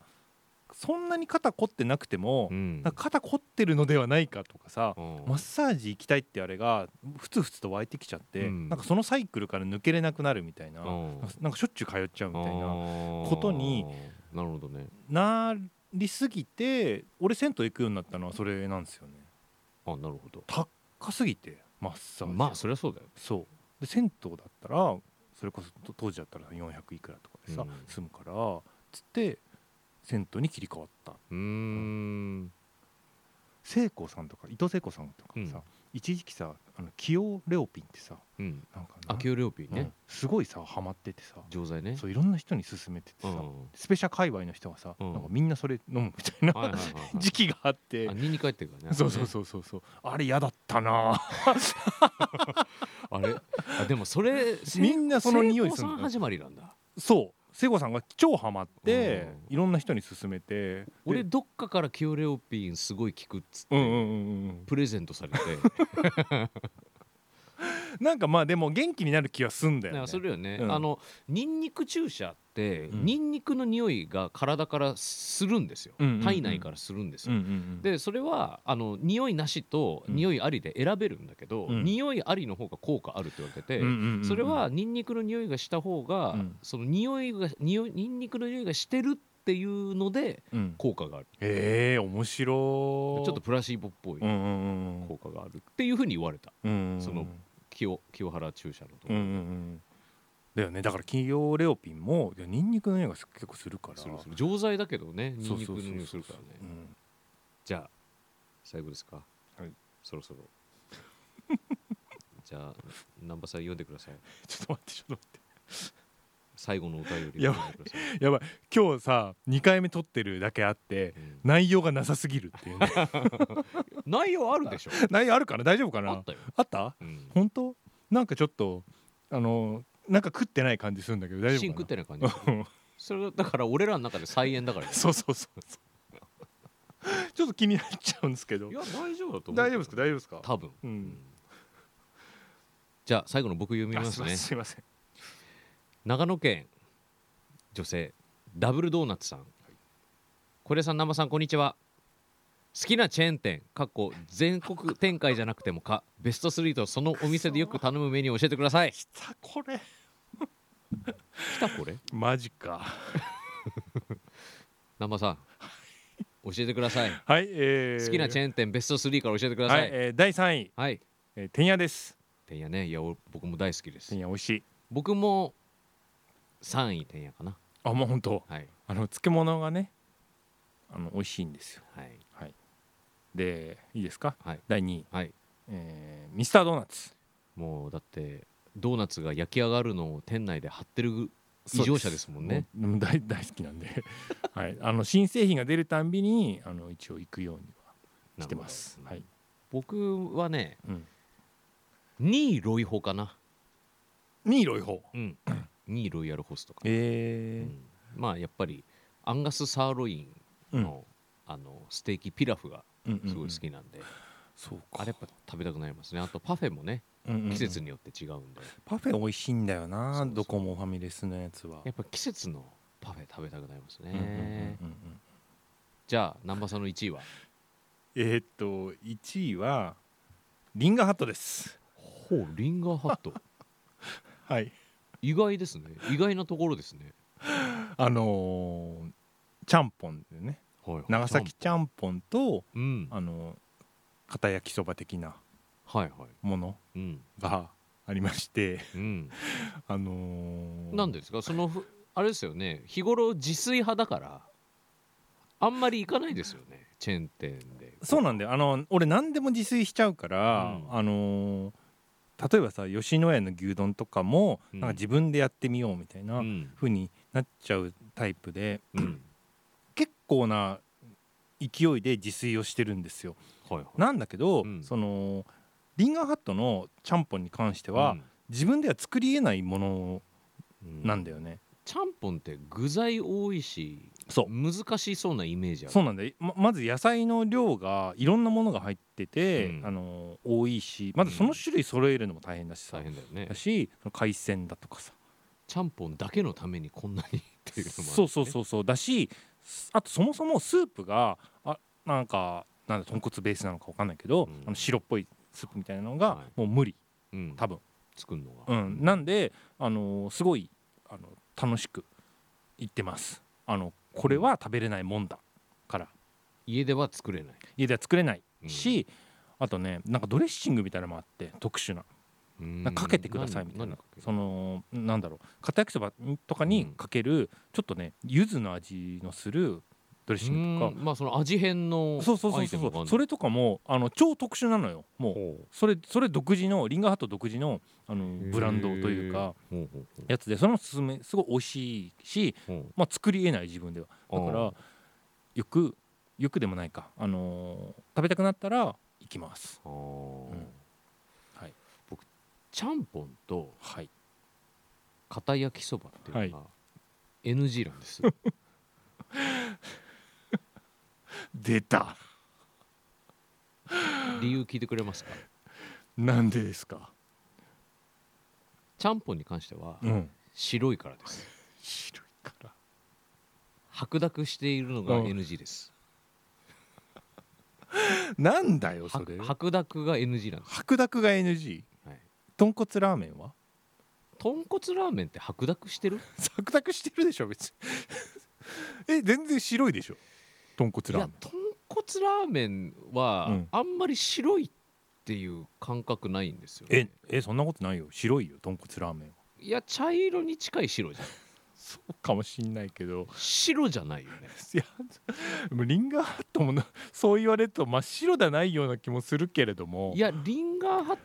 C: そんなに肩凝ってなくても、
B: うん
C: なんか肩凝ってるのではないかとかさ、
B: うん
C: マッサージ行きたいってあれがふつふつと湧いてきちゃって、
B: うん
C: なんかそのサイクルから抜けれなくなるみたいな、
B: うん
C: なんかしょっちゅう通っちゃうみたいな
B: こ
C: ことに
B: なるほどね
C: なりすぎて俺銭湯行くようになったのはそれなんですよね
B: あなるほど
C: 高すぎてマッサージ
B: まあそりゃそうだよ
C: そうで銭湯だったらそれこそと当時だったら400いくらとかでさ、
B: うん
C: 住むからつって銭湯に切り替わった
B: うーん
C: 聖子さんとか伊藤聖子さんとかさ、
B: うん
C: 一時期さあのキオレオピンってさ
B: うん
C: なんかな
B: アキオレオピー
C: う
B: ね
C: んすごいさハマっててさ
B: 錠剤ね
C: そういろんな人に勧めてて
B: う
C: さ、
B: ん
C: スペシャ界隈の人はさ、
B: うん
C: なんかみんなそれ飲むみたいな、
B: はいはいはいはい
C: [LAUGHS] 時期があって
B: あニンニク入ってるからね
C: そうそうそうそうそうあれ嫌だったな
B: [LAUGHS] あれあでもそれ
C: [LAUGHS] みんなその匂いす
B: す
C: る
B: る
C: の
B: 始まりなんだ
C: そう聖子さんが超ハマって
B: う
C: いろんな人に勧めて
B: 俺
C: で
B: どっかからキオレオピンすごい効くっつって、
C: うんうんうんうん
B: プレゼントされて
C: なんかまあでも元気になる気はすんだよ
B: なん
C: ね
B: かするよね、
C: うん
B: あのニンニク注射って、
C: うん
B: ニンニクの匂いが体からするんですよ、
C: うんうんうん
B: 体内からするんです
C: うん
B: よ、
C: うんうん
B: でそれはあの匂いなしと
C: うん
B: 匂いありで選べるんだけど、
C: うん
B: 匂いありの方が効果あるって言われてて、
C: うんうんうんうん
B: それはニンニクの匂いがした方が、
C: うん
B: その匂いが匂いニンニクの匂いがしてるっていうので
C: うん
B: 効果がある
C: ええ面
B: ち
C: 白
B: ょ
C: い
B: っとプラシーボっぽい
C: うんうんうん
B: 効果があるっていうふうに言われた
C: うんうん
B: その清清原注射のとこ
C: うんうんうんだよねだから企業レオピンもいやニンニクの匂いがす結構するから
B: するする錠剤だけどねニンニクの匂いするから
C: う
B: ね
C: ん
B: じゃあ最後ですか
C: はい
B: そろそろ [LAUGHS] じゃあ南波さん読んでください
C: ちょっと待ってちょっと待
B: 最後のお便り
C: や
B: を
C: ばい
B: 読んでください
C: ってやばい今日さ2回目撮ってるだけあって
B: うん
C: 内容がなさすぎるっ
B: [LAUGHS]
C: ていうね
B: 内容あるでしょ
C: 内容あるかな大丈夫か
B: あ
C: な
B: ったよ、
C: あった
B: うん、
C: 本当なんかちょっとあのなんか食ってない感じするんだけど大丈夫かな
B: シン食ってない感じ
C: うん [LAUGHS]
B: それだから俺らの中で再演だからね
C: そうそうそうそうちょっと気になっちゃうんですけど
B: いや大丈夫だと思う
C: 大丈夫ですか大丈夫ですか
B: 多分、
C: うん
B: じゃあ最後の僕読み
C: あ
B: ますす
C: いま
B: ね
C: せんすいません
B: 長野県女性ダブルドーナツさん小出さん南波さんこんにちは好きなチェーン店かっこ全国展開じゃなくてもかベスト3とそのお店でよく頼むメニューを教えてください
C: きたこれ
B: 来たこれ
C: マジか
B: 南波さん教えてください
C: はいえー、
B: 好きなチ
C: ェーン
B: ェーン店ベスト3から教えてくだ
C: は
B: さい
C: い、えー、第三位
B: はい
C: えーてんやです
B: てんやねいやお僕も大好きです
C: てんや美味しい
B: 僕も3位てんやかな
C: あもう本当
B: はい
C: あの漬物がねあの美味しいんですよ
B: はい
C: でいいですか、
B: はい
C: 第2位、
B: はい
C: えーミスタードーナツ
B: もうだってドーナツが焼き上がるのを店内で貼ってる異常者ですもんね
C: そうですもう大大好きなんで、 [LAUGHS] はい、あの新製品が出るたんびにあの一応行くようにはしてます
B: なるほど
C: はい、
B: 僕はね
C: うん、
B: 2位ロイホかな
C: 2位ロイホ
B: うん2位ロイヤルホストかう
C: え
B: んまあやっぱりアンガスサーロインの,、あのステーキピラフが
C: す
B: すごい好きなんで、
C: そう
B: あ
C: か
B: れやっぱ食べたくなりますねあとパフェもね季
C: 季
B: 節によって違うんで、
C: パフェ美味しいんだよな
B: そうそう
C: どこもファミレスのやつは
B: やっぱ季節のパフェ食べたくなりますね、
C: うんうんうんうんうん
B: じゃあ南波さんの1位は
C: えーっと1位はリンガーハットです
B: ほうリンガーハット
C: はい
B: [LAUGHS] 意外ですね意外なところですね、
C: あのーちゃんぽんでね
B: はい
C: 長崎ちゃんぽんと
B: うん
C: あの片焼きそば的な
B: はいはい
C: もの
B: うん
C: がありまして
B: うん
C: あのー
B: なんですかそのふあれですよね日頃自炊派だからあんまり行かないですよねチェーン店で
C: そうなんだよあの俺何でも自炊しちゃうから、
B: うん
C: あのー例えばさ吉野家の牛丼とかも
B: うん
C: なんか自分でやってみようみたいな
B: うん
C: 風になっちゃうタイプで
B: うん
C: 結構な勢いで自炊をしてるんですよ。
B: はいはい
C: なんだけど、
B: うん
C: そのリンガーハットのちゃんぽんに関しては、自分では作りえないもの
B: うん
C: なんだよね。
B: ちゃんぽんって具材多いし
C: そう
B: 難しそうなイメージある
C: そうなんだよままず野菜の量がいろんなものが入ってて、
B: うん
C: あの多いしまずその種類揃えるのも大変だしさ、
B: 大変だよね
C: だしその海鮮だとかさ、
B: ちゃんぽんだけのためにこんなにっていうのもある、ね、
C: そうそうそうそうだしすあとそもそもスープがあなんかなんだ豚骨ベースなのかわかんないけど、
B: うん
C: あの白っぽいスープみたいなのが
B: はい
C: もう無理
B: う、ん、
C: 多分、
B: 作るのが、
C: うん、なんで、あのすごいあの楽しく行ってますあのこれは食べれないもんだから
B: 家では作れない、
C: 家では作れない
B: うん
C: し、あとねなんかドレッシングみたいなのもあって特殊な
B: うん
C: なんかかけてくださいみたい
B: 何
C: な
B: かける
C: そのなんだろう片焼きそばとかにかけるちょっとね柚子の味のするドレッシング
B: う
C: とか
B: んまあその味変の
C: そうそうそ
B: ア
C: う
B: イテ
C: そう
B: ムがあるの
C: それとかもあの超特殊なのよもう
B: ほ
C: それそれ独自のリンガーハット独自のあの
B: う
C: ブランドというか
B: へーほうほうほう
C: やつでそれもすすめすごい美味しいし、
B: ほ
C: まあ、作りえない自分ではだ
B: う
C: からよくよくでもないか、あのー食べたくなったら行きます
B: あー
C: うんはい
B: 僕ちゃんぽんと
C: はい
B: 片焼きそばっていうのが NG なん
C: [LAUGHS]
B: です、
C: 出た
B: 理由聞いてくれますか
C: なんでですか
B: ちゃんぽんに関しては
C: うん
B: 白いからです
C: 白いから
B: 白濁しているのが
C: うん
B: NG です、
C: なんだよそ
B: 白
C: れ
B: 白濁が NG なんです、
C: 白濁が NG
B: はい、
C: 豚骨ラーメンは
B: 豚骨ラーメンって白濁してる
C: 白濁してるでしょ別に [LAUGHS] え全然白いでしょ豚骨
B: いや豚骨ラーメンは、
C: うん
B: あんまり白いっていう感覚ないんですよ、
C: え
B: ね、
C: えそんなことないよ白いよ豚骨ラーメンはい
B: や茶色に近い白じゃん
C: そうかもしんないけど
B: 白じゃないよね
C: いやもうリンガーハットもなそう言われると真っ白ではないような気もするけれども
B: いやリンガーハッ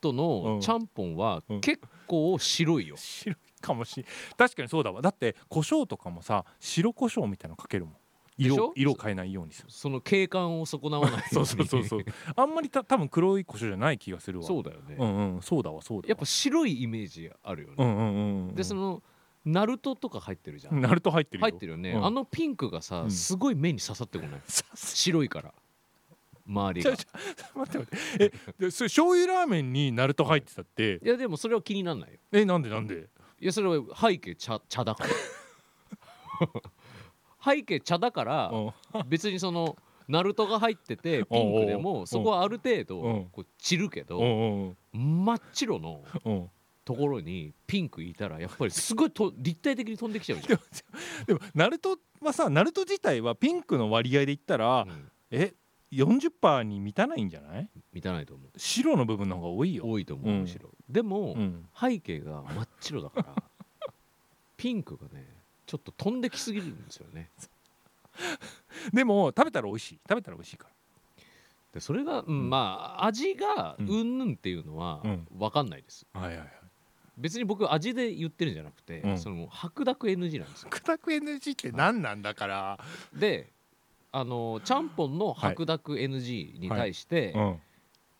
B: ト
C: う
B: の
C: ん
B: ちゃんぽんは
C: うん
B: 結構白いよ、
C: 白いかもしれ確かにそうだわだって胡椒とかもさ白胡椒みたいなのかけるもん
B: でし
C: 色
B: ょ
C: 色変えないようにする
B: その景観を損なわないよに
C: [LAUGHS] そうそうそうそうあんまりた多分黒い胡椒じゃない気がする
B: [LAUGHS]
C: わ
B: そううだよね、
C: んうんそうだわそうだわ
B: やっぱ白いイメージあるよね、
C: うんうんうんうん
B: でそのナルトとか入ってるじゃん、
C: ナルト入ってるよ
B: 入ってるよね、
C: うん
B: あのピンクがさ、
C: うん
B: すごい目に刺さってこない
C: さす
B: 白いから周り
C: ち
B: が
C: ょちょ待って待
B: [LAUGHS]
C: ってえでそれ醤油ラーメンにナルト入ってたって
B: いやでもそれは気にならないよ
C: えなんでなんで
B: いやそれは背景茶茶
C: [LAUGHS]
B: だから背景茶だから
C: うん
B: 別にそのナルトが入っててピンクで
C: うん
B: もそこはある程度
C: うん
B: こう散るけ
C: う
B: ど
C: んうん
B: 真っ白の
C: うん
B: ところにピンクいたらやっぱりすごいと立体的に飛んできちゃうじ
C: でもでもナルトはさナルト自体はピンクの割合で言ったら、
B: ゃん、うん、
C: え40%に満たないんじゃない
B: 満たないと思う
C: 白の部分の方が多いよ、
B: 多いと思う
C: うん
B: むしろ、でも、
C: うん、
B: 背景が真っ白だからピンクがねちょっと飛んできすぎるんですよね
C: でも食べたら美味しい食べたら美味しいか
B: でそれが、うん
C: ん
B: まあ味が
C: うん
B: うんぬんっていうのは
C: うん
B: 分かんないです、
C: らはいはいはい
B: 別に僕味で言ってるんじゃなくて、
C: うん
B: その白濁 NG なんですよ
C: クタク NG って何なんだから、
B: であのちゃんぽんの白濁 NG に対して、
C: うん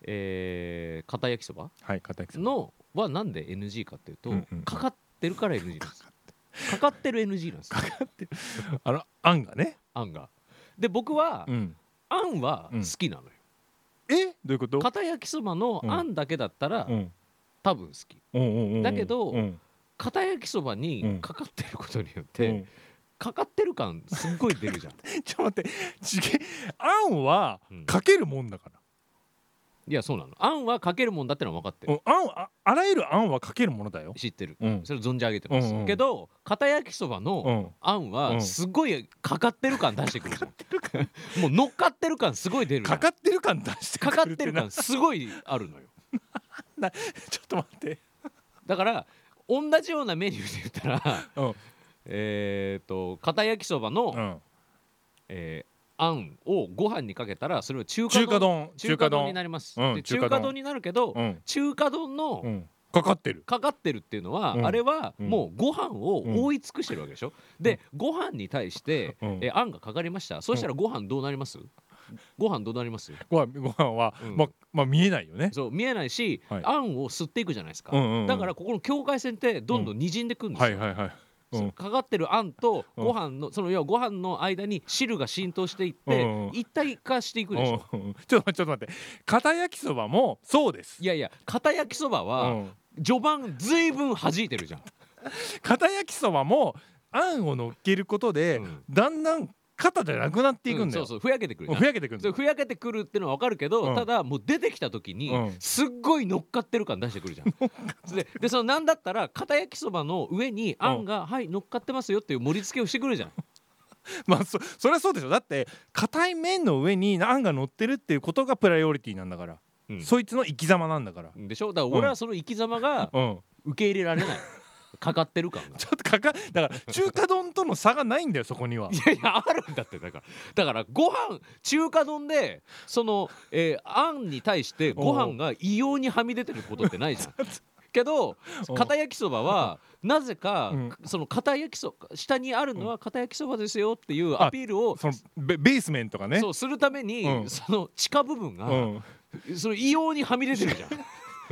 B: えー、片焼きそば
C: はい片焼きそば
B: のはなんで NG かっていうと、
C: うんうん
B: かかってるから NG なん
C: [LAUGHS]
B: ですかかってる NG なんですよ
C: あのあんがね、
B: あんがで僕は、
C: ん、
B: あんは好きなのよ、
C: えどういうこと
B: 片焼きそばのあんだけだったら、
C: うん
B: 多分好き
C: うんうんうん
B: だけど
C: うん
B: 片焼きそば
C: うん
B: にかかってることによっ
C: う
B: て、
C: ん
B: かかってる感すっごい出るじゃん
C: [LAUGHS] ちょっと待ってちげあんは
B: うん
C: かけるもんだから
B: いやそうなのあんはかけるもんだってのは分かって
C: う
B: る、
C: んあんああらゆるあんはかけるものだよ
B: 知ってる
C: うん
B: それ存じ上げてます、
C: うんうん
B: けど片焼きそばの、
C: うん
B: あん
C: う
B: は
C: ん
B: すごいかかってる感出してくるじゃんもう乗っかってる感すごい出るじゃ
C: か
B: ん
C: かってる感出して
B: か
C: く
B: かっ
C: るってて
B: る
C: な
B: 感すごいあるのよ
C: なちょっと待って
B: だから同じようなメニューで言ったら
C: うん
B: えっと片焼きそばの、
C: うん
B: えーあんをご飯にかけたらそれは中華
C: 中華
B: 丼
C: 丼
B: 中華丼になります、
C: うん
B: で中
C: 中華丼
B: 華丼になるけど、
C: うん
B: 中華丼の、
C: うんかかってる
B: かかってるっていうのは、
C: うん
B: あれは
C: うん
B: もうご飯を覆い尽くしてるわけでしょ、でご飯に対して、
C: うん
B: えあんがかかりましたそうしたらご飯どうなります、ご飯どうなります
C: ご飯ご飯は
B: うん
C: ままあ見えないよね
B: そう見えないし、
C: はい
B: あんを吸っていくじゃないですか、
C: うんうんうん
B: だからここの境界線ってどんどん滲んでくるんですよ、
C: はいはいはいうん
B: かかってるあんと
C: うん
B: ご飯のその要はご飯の間に汁が浸透していって、
C: うんうん
B: 一体化していくでしょ、
C: うんうんちょっとちょっと待って片焼きそばもそうです
B: いやいや片焼きそば
C: う
B: は
C: ん
B: 序盤ずいぶん弾いてるじゃん、
C: 片焼きそばもあんを乗っけることで、
B: うん
C: だんだん肩じゃなくなっていくんだよ、
B: うんそうそうふやけてくるじゃん
C: ふやけてくるんだ
B: そう
C: よ
B: ふやけてくるってのは分かるけど、
C: うん
B: ただもう出てきた時に、
C: うん
B: すっごい乗っかってる感出してくるじ [LAUGHS] ゃん。ででそのなんだったら片焼きそばの上にあんが、はい乗っかってますよっていう盛り付けをしてくるじゃん。
C: まあそそりゃそうでしょだって硬い麺の上にあんが乗ってるっていうことがプライオリティなんだから、
B: うん
C: そいつの生き様なんだから、
B: でしょだから俺はその生き様 [LAUGHS] が
C: うん、
B: 受け入れられない。かかってる感 [LAUGHS] が。
C: ちょっとかかだから中華丼との差がないんだよそこにはい
B: やいやあるんだってだからだからご飯中華丼でその、えーあんに対してご飯が異様にはみ出てることってないじゃん。 [LAUGHS] けど
C: うん
B: 片焼きそばはなぜか、
C: うん
B: その片焼きそ下にあるのは片焼きそばですよっていうアピールを
C: そのベベース麺とかね
B: そうするために、
C: うん
B: その地下部分が、
C: うん、
B: その異様にはみ出てるじゃ
C: [LAUGHS]
B: ん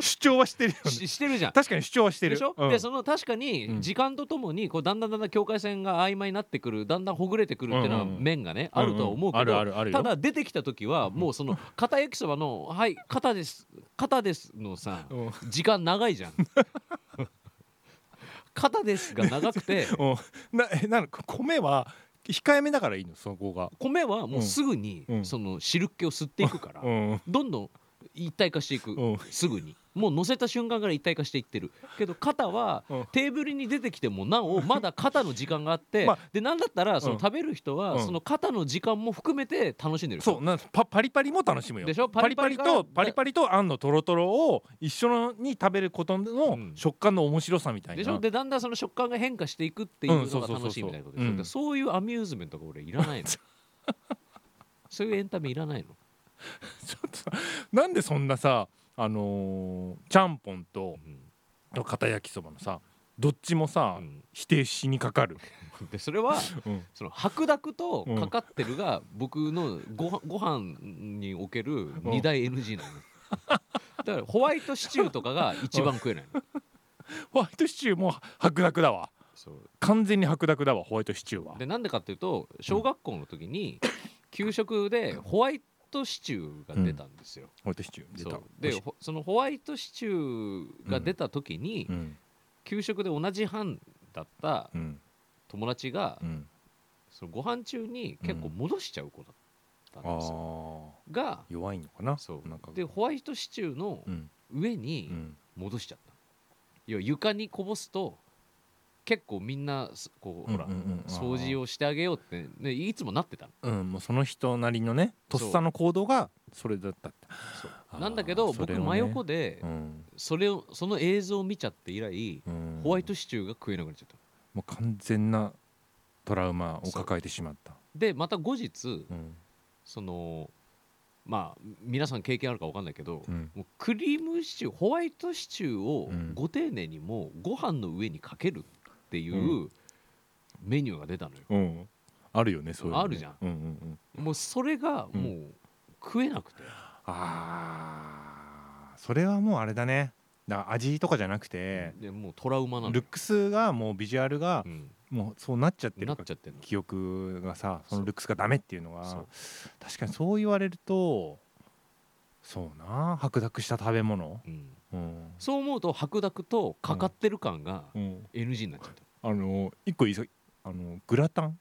C: 主張はしてるよね
B: ししてるじゃん。
C: 確かに主張はしてる
B: でしょ、
C: うん
B: でその確か
C: うん
B: に時間とともにこうだんだんだんだん境界線が曖昧になってくるだんだんほぐれてくるっていうのは
C: うんうんうん
B: 面がね、あるとは思うけど、
C: んんあるあるあるよ
B: ただ出てきた時はもうその片焼きそばの「はい肩です肩です」のさ
C: うん
B: 時間長いじゃん。
C: [LAUGHS]
B: 肩ですが長くて
C: うんな [LAUGHS] えなの米は控えめだからいいのそこが、
B: 米はもうすぐに
C: うん
B: その汁っ気を吸っていくから
C: うん
B: どんどん一体化していく
C: うん
B: すぐにもう乗せた瞬間から一体化していってるけど肩は
C: うん
B: テーブルに出てきてもな
C: [LAUGHS]
B: おまだ肩の時間があって
C: まあ
B: でなんだったらそ
C: うん
B: の食べる人
C: う
B: は
C: ん
B: その肩の時間も含めて楽しんでる
C: そうなパパリパリも楽しむよ
B: でしょ
C: パリパリ
B: パリパリ
C: と
B: が
C: パリパリとあんのとろとろを一緒のに食べること
B: う
C: の
B: ん
C: 食感の面白さみたいな、
B: でしょでだんだんその食感が変化していくっていう
C: うん
B: の
C: そう
B: が
C: そうそうそう
B: 楽しいみたいなことでしょ、
C: うん
B: でそういうアミューズメントが俺いら
C: [LAUGHS]
B: ないのそういうエンタメいらないの
C: ちょっとさ [LAUGHS] なんでそんなさあのーちゃんぽんと
B: う
C: 片焼きそばのさどっちもさ、
B: ん、
C: 否定しにかかる、
B: うんでそれは
C: うん
B: その白濁とかかってるが僕のごはご飯における二大 NG なのだからホワイトシチューとかが一番食えないの
C: ホワイトシチューも白濁だわ
B: そう
C: 完全に白濁だわホワイトシチューは
B: でなんでかっていうと小学校の時に給食でホワイトシチューが出たんですよ、
C: ホワイトシチュー出
B: そ
C: た
B: うでほそのホワイトシチューが出た時に、
C: うん
B: 給食で同じ班だった
C: うん
B: 友達が、
C: うん
B: そのご飯中に結構戻しちゃう子だったん
C: あ
B: ですよ、
C: ー
B: が
C: 弱いのかな
B: そう
C: なんか
B: でホワイトシチューの
C: うん
B: 上
C: う
B: に
C: ん
B: 戻しちゃった、要は床にこぼすと結構みんなすこうほら、
C: うんうんうん
B: 掃除をしてあげようって、ね、いつもなってたの
C: うん、もうその人なりのねと
B: そ
C: っ
B: う
C: さの行動がそれだったってあー
B: なんだけど
C: そ
B: 僕
C: れをね
B: 真横で
C: うん
B: それをその映像を見ちゃって以来
C: うん
B: ホワイトシチューが食えなくなっちゃった
C: もう完全なトラウマを抱えてしまった
B: でまた後日
C: うん
B: そのまあ皆さん経験あるか分かんないけど、
C: うん
B: もうクリームシチューホワイトシチューを
C: うん
B: ご丁寧にもうご飯の上にかけるっていう、
C: う
B: メニューが出たのよ
C: うんあるよねそういうのね
B: あるじゃん
C: うんうん
B: もうそれが
C: うん
B: もう食えなくて、
C: あーそれはもうあれだねだから味とかじゃなくて、
B: でもうトラウマなの
C: ル
B: よ
C: ックスがもうビジュアルが
B: うん、
C: もうそうなっちゃって
B: な
C: る
B: っ
C: から
B: ちゃってんの
C: 記憶がさそ
B: そ
C: の
B: う
C: ルックスがダメっていうの
B: そ
C: が
B: う
C: 確かにそう言われるとそうな白濁した食べ物
B: うん、
C: うん、
B: そう思うと白濁とかかってる感が
C: うん、
B: NG になっちゃった、
C: あの一個いいさあのグラタン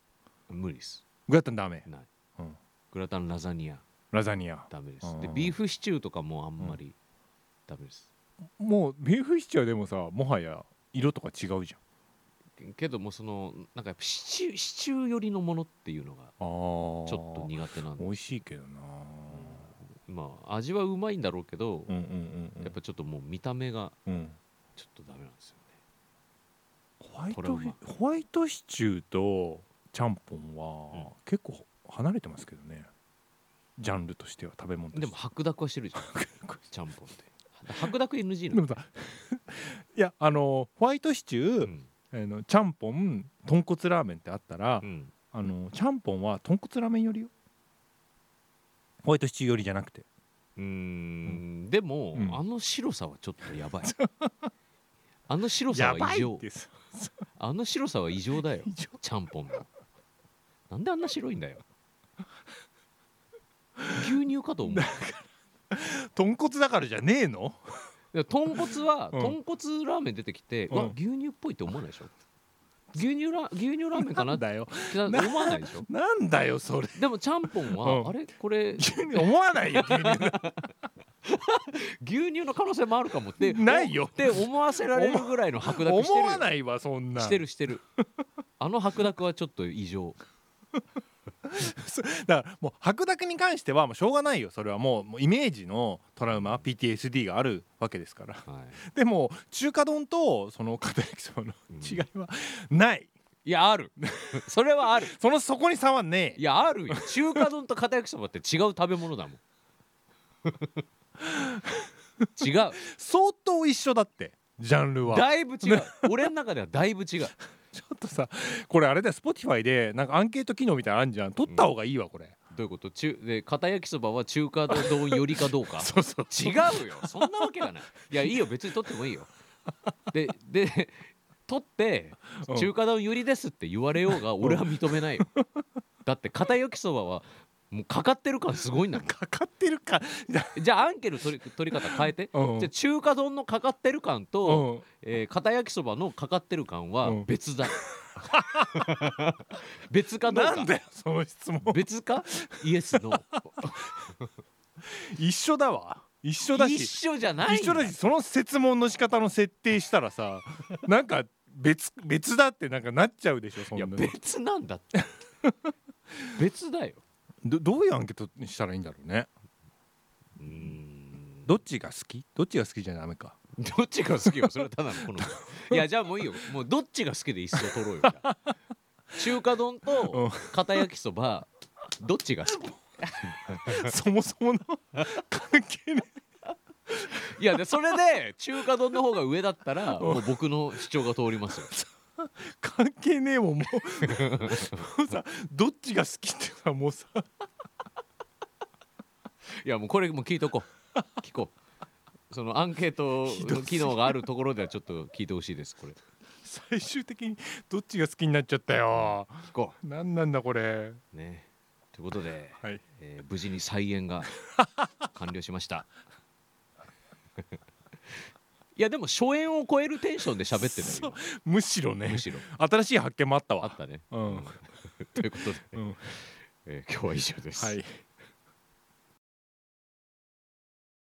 B: 無理です
C: グラタンダメ、
B: ない
C: うん、
B: グラタンラザニア
C: ラザニア
B: ダメで
C: う
B: す
C: ん
B: でビーフシチューとかもあんまりダメです、
C: もうビーフシチューはでもさもはや色とか違うじゃん
B: けどもうそのなんかやっぱシチューシチュー寄りのものっていうのが
C: あちょ
B: ちょっと苦手なんで
C: 美味しいけどな
B: まあ味はうまいんだろうけど、
C: うんうんうん
B: やっぱちょっともう見た目が
C: うん
B: ちょっとダメなんですよね
C: ホワイ
B: トラ
C: ト
B: ウマ
C: ホワイトシチューとちゃんぽんは結構離れてますけどねジャンルとしては食べ物として
B: でも白濁はしてるじゃん
C: 濁
B: ちゃんぽんって白濁 NG なの
C: でも
B: [LAUGHS]
C: さいやあのホワイトシチュ
B: う
C: ー、
B: ん
C: あのちゃんぽん豚骨ラーメンってあったら、
B: うん
C: あのちゃんぽんは豚骨ラーメンよりよホワイトシチューよりじゃなくて
B: うーんでも、
C: うん
B: あの白さはちょっとやば
C: [LAUGHS]
B: いあの白さは異常
C: す
B: あの白さは異常だよ
C: 異常
B: ちゃんぽんのなんであんな白いんだよ牛乳かと思う
C: 豚骨だからじゃねえの
B: いや豚骨は、
C: うん
B: 豚骨ラーメン出てきて、
C: う
B: うんわ牛乳っぽいって思わないでしょ牛乳ラ牛乳ラーメンかな
C: な
B: っ
C: ん
B: て
C: だよ
B: 思わないでしょ
C: なんだよそれ
B: でもちゃんぽんは、
C: うん
B: あれこれ牛
C: 急に思わないよ急に
B: 乳の可能性もあるかもって
C: ないよ
B: って思わせられるぐらいの白濁してる
C: 思わないわそんな
B: してるしてるあの白濁はちょっと異常
C: だからもう白濁に関してはもうしょうがないよそれはもうもうイメージのトラウマ PTSD があるわけですから
B: は
C: でも中華丼とその片焼きそばの
B: い、
C: 違いはない、
B: いやある [LAUGHS] それはある
C: そのそこに差はね
B: いやあるよ中華丼と片焼きそばって違う食べ物
C: [LAUGHS]
B: だもん違う
C: え相当一緒だってジャンルは
B: だいぶ違う俺の中ではだいぶ違う
C: ちょっとさこれあれだよ Spotify でなんかアンケート機能みたいなのあんじゃん取った方がいいわこれ、
B: どういうこと中で片焼きそばは中華丼よりかどう
C: [LAUGHS]
B: か
C: そうそう
B: 違うよそんなわけがないいやいいよ別に取ってもいいよでで取って
C: うん
B: 中華丼よりですって言われようが俺は認めない
C: [LAUGHS]
B: よだって片焼きそばはもうかかってる感すごいんだも
C: かかってるか、
B: んじゃあアンケル取り取り方変えて
C: うん
B: じゃあ中華丼のかかってる感と、
C: うん、
B: えー、片焼きそばのかかってる感は
C: うん
B: 別
C: [LAUGHS]
B: だ、別かどうか
C: なんだよその質問
B: 別かイエスの
C: 一緒だわ一緒だし
B: 一緒じゃないん
C: 一緒
B: だ
C: だしその設問の仕方の設定したら [LAUGHS] さなんか別別だってなんかなっちゃうでしょそん
B: いや
C: なの
B: 別なんだって別だよ
C: どどういうアンケートにしたらいいんだろうね
B: うーん
C: どっちが好きどっちが好きじゃダメか
B: [LAUGHS] どっちが好きよそれはただの
C: [LAUGHS]
B: 好みいやじゃあもういいよもうどっちが好きで一層取ろうよじゃあ
C: [LAUGHS]
B: 中華丼
C: うん
B: と片焼きそばどっちが好き
C: [LAUGHS] そもそもの関係ね
B: いやでそれで中華丼の方が上だったらもう僕の主張が通ります
C: [LAUGHS]
B: よ
C: 関係ねえもんもうもうさどっちが好きってさもうさ
B: いやもうこれもう聞いとこう聞こうそのアンケートの機能があるところではちょっと聞いてほしいですこれ
C: 最終的にどっちが好きになっちゃったよ
B: 聞こ
C: なんなんだこれ
B: うねということで、
C: はい
B: えー無事に再演が完了しました [LAUGHS] いやでも初演を超えるテンションで喋ってたよ
C: むしろ
B: 今
C: ね
B: むしろ
C: 新しい発見もあった
B: あ
C: わ
B: ったね
C: うん、
B: ということで、
C: うん、
B: えー今日は以上です、
C: はい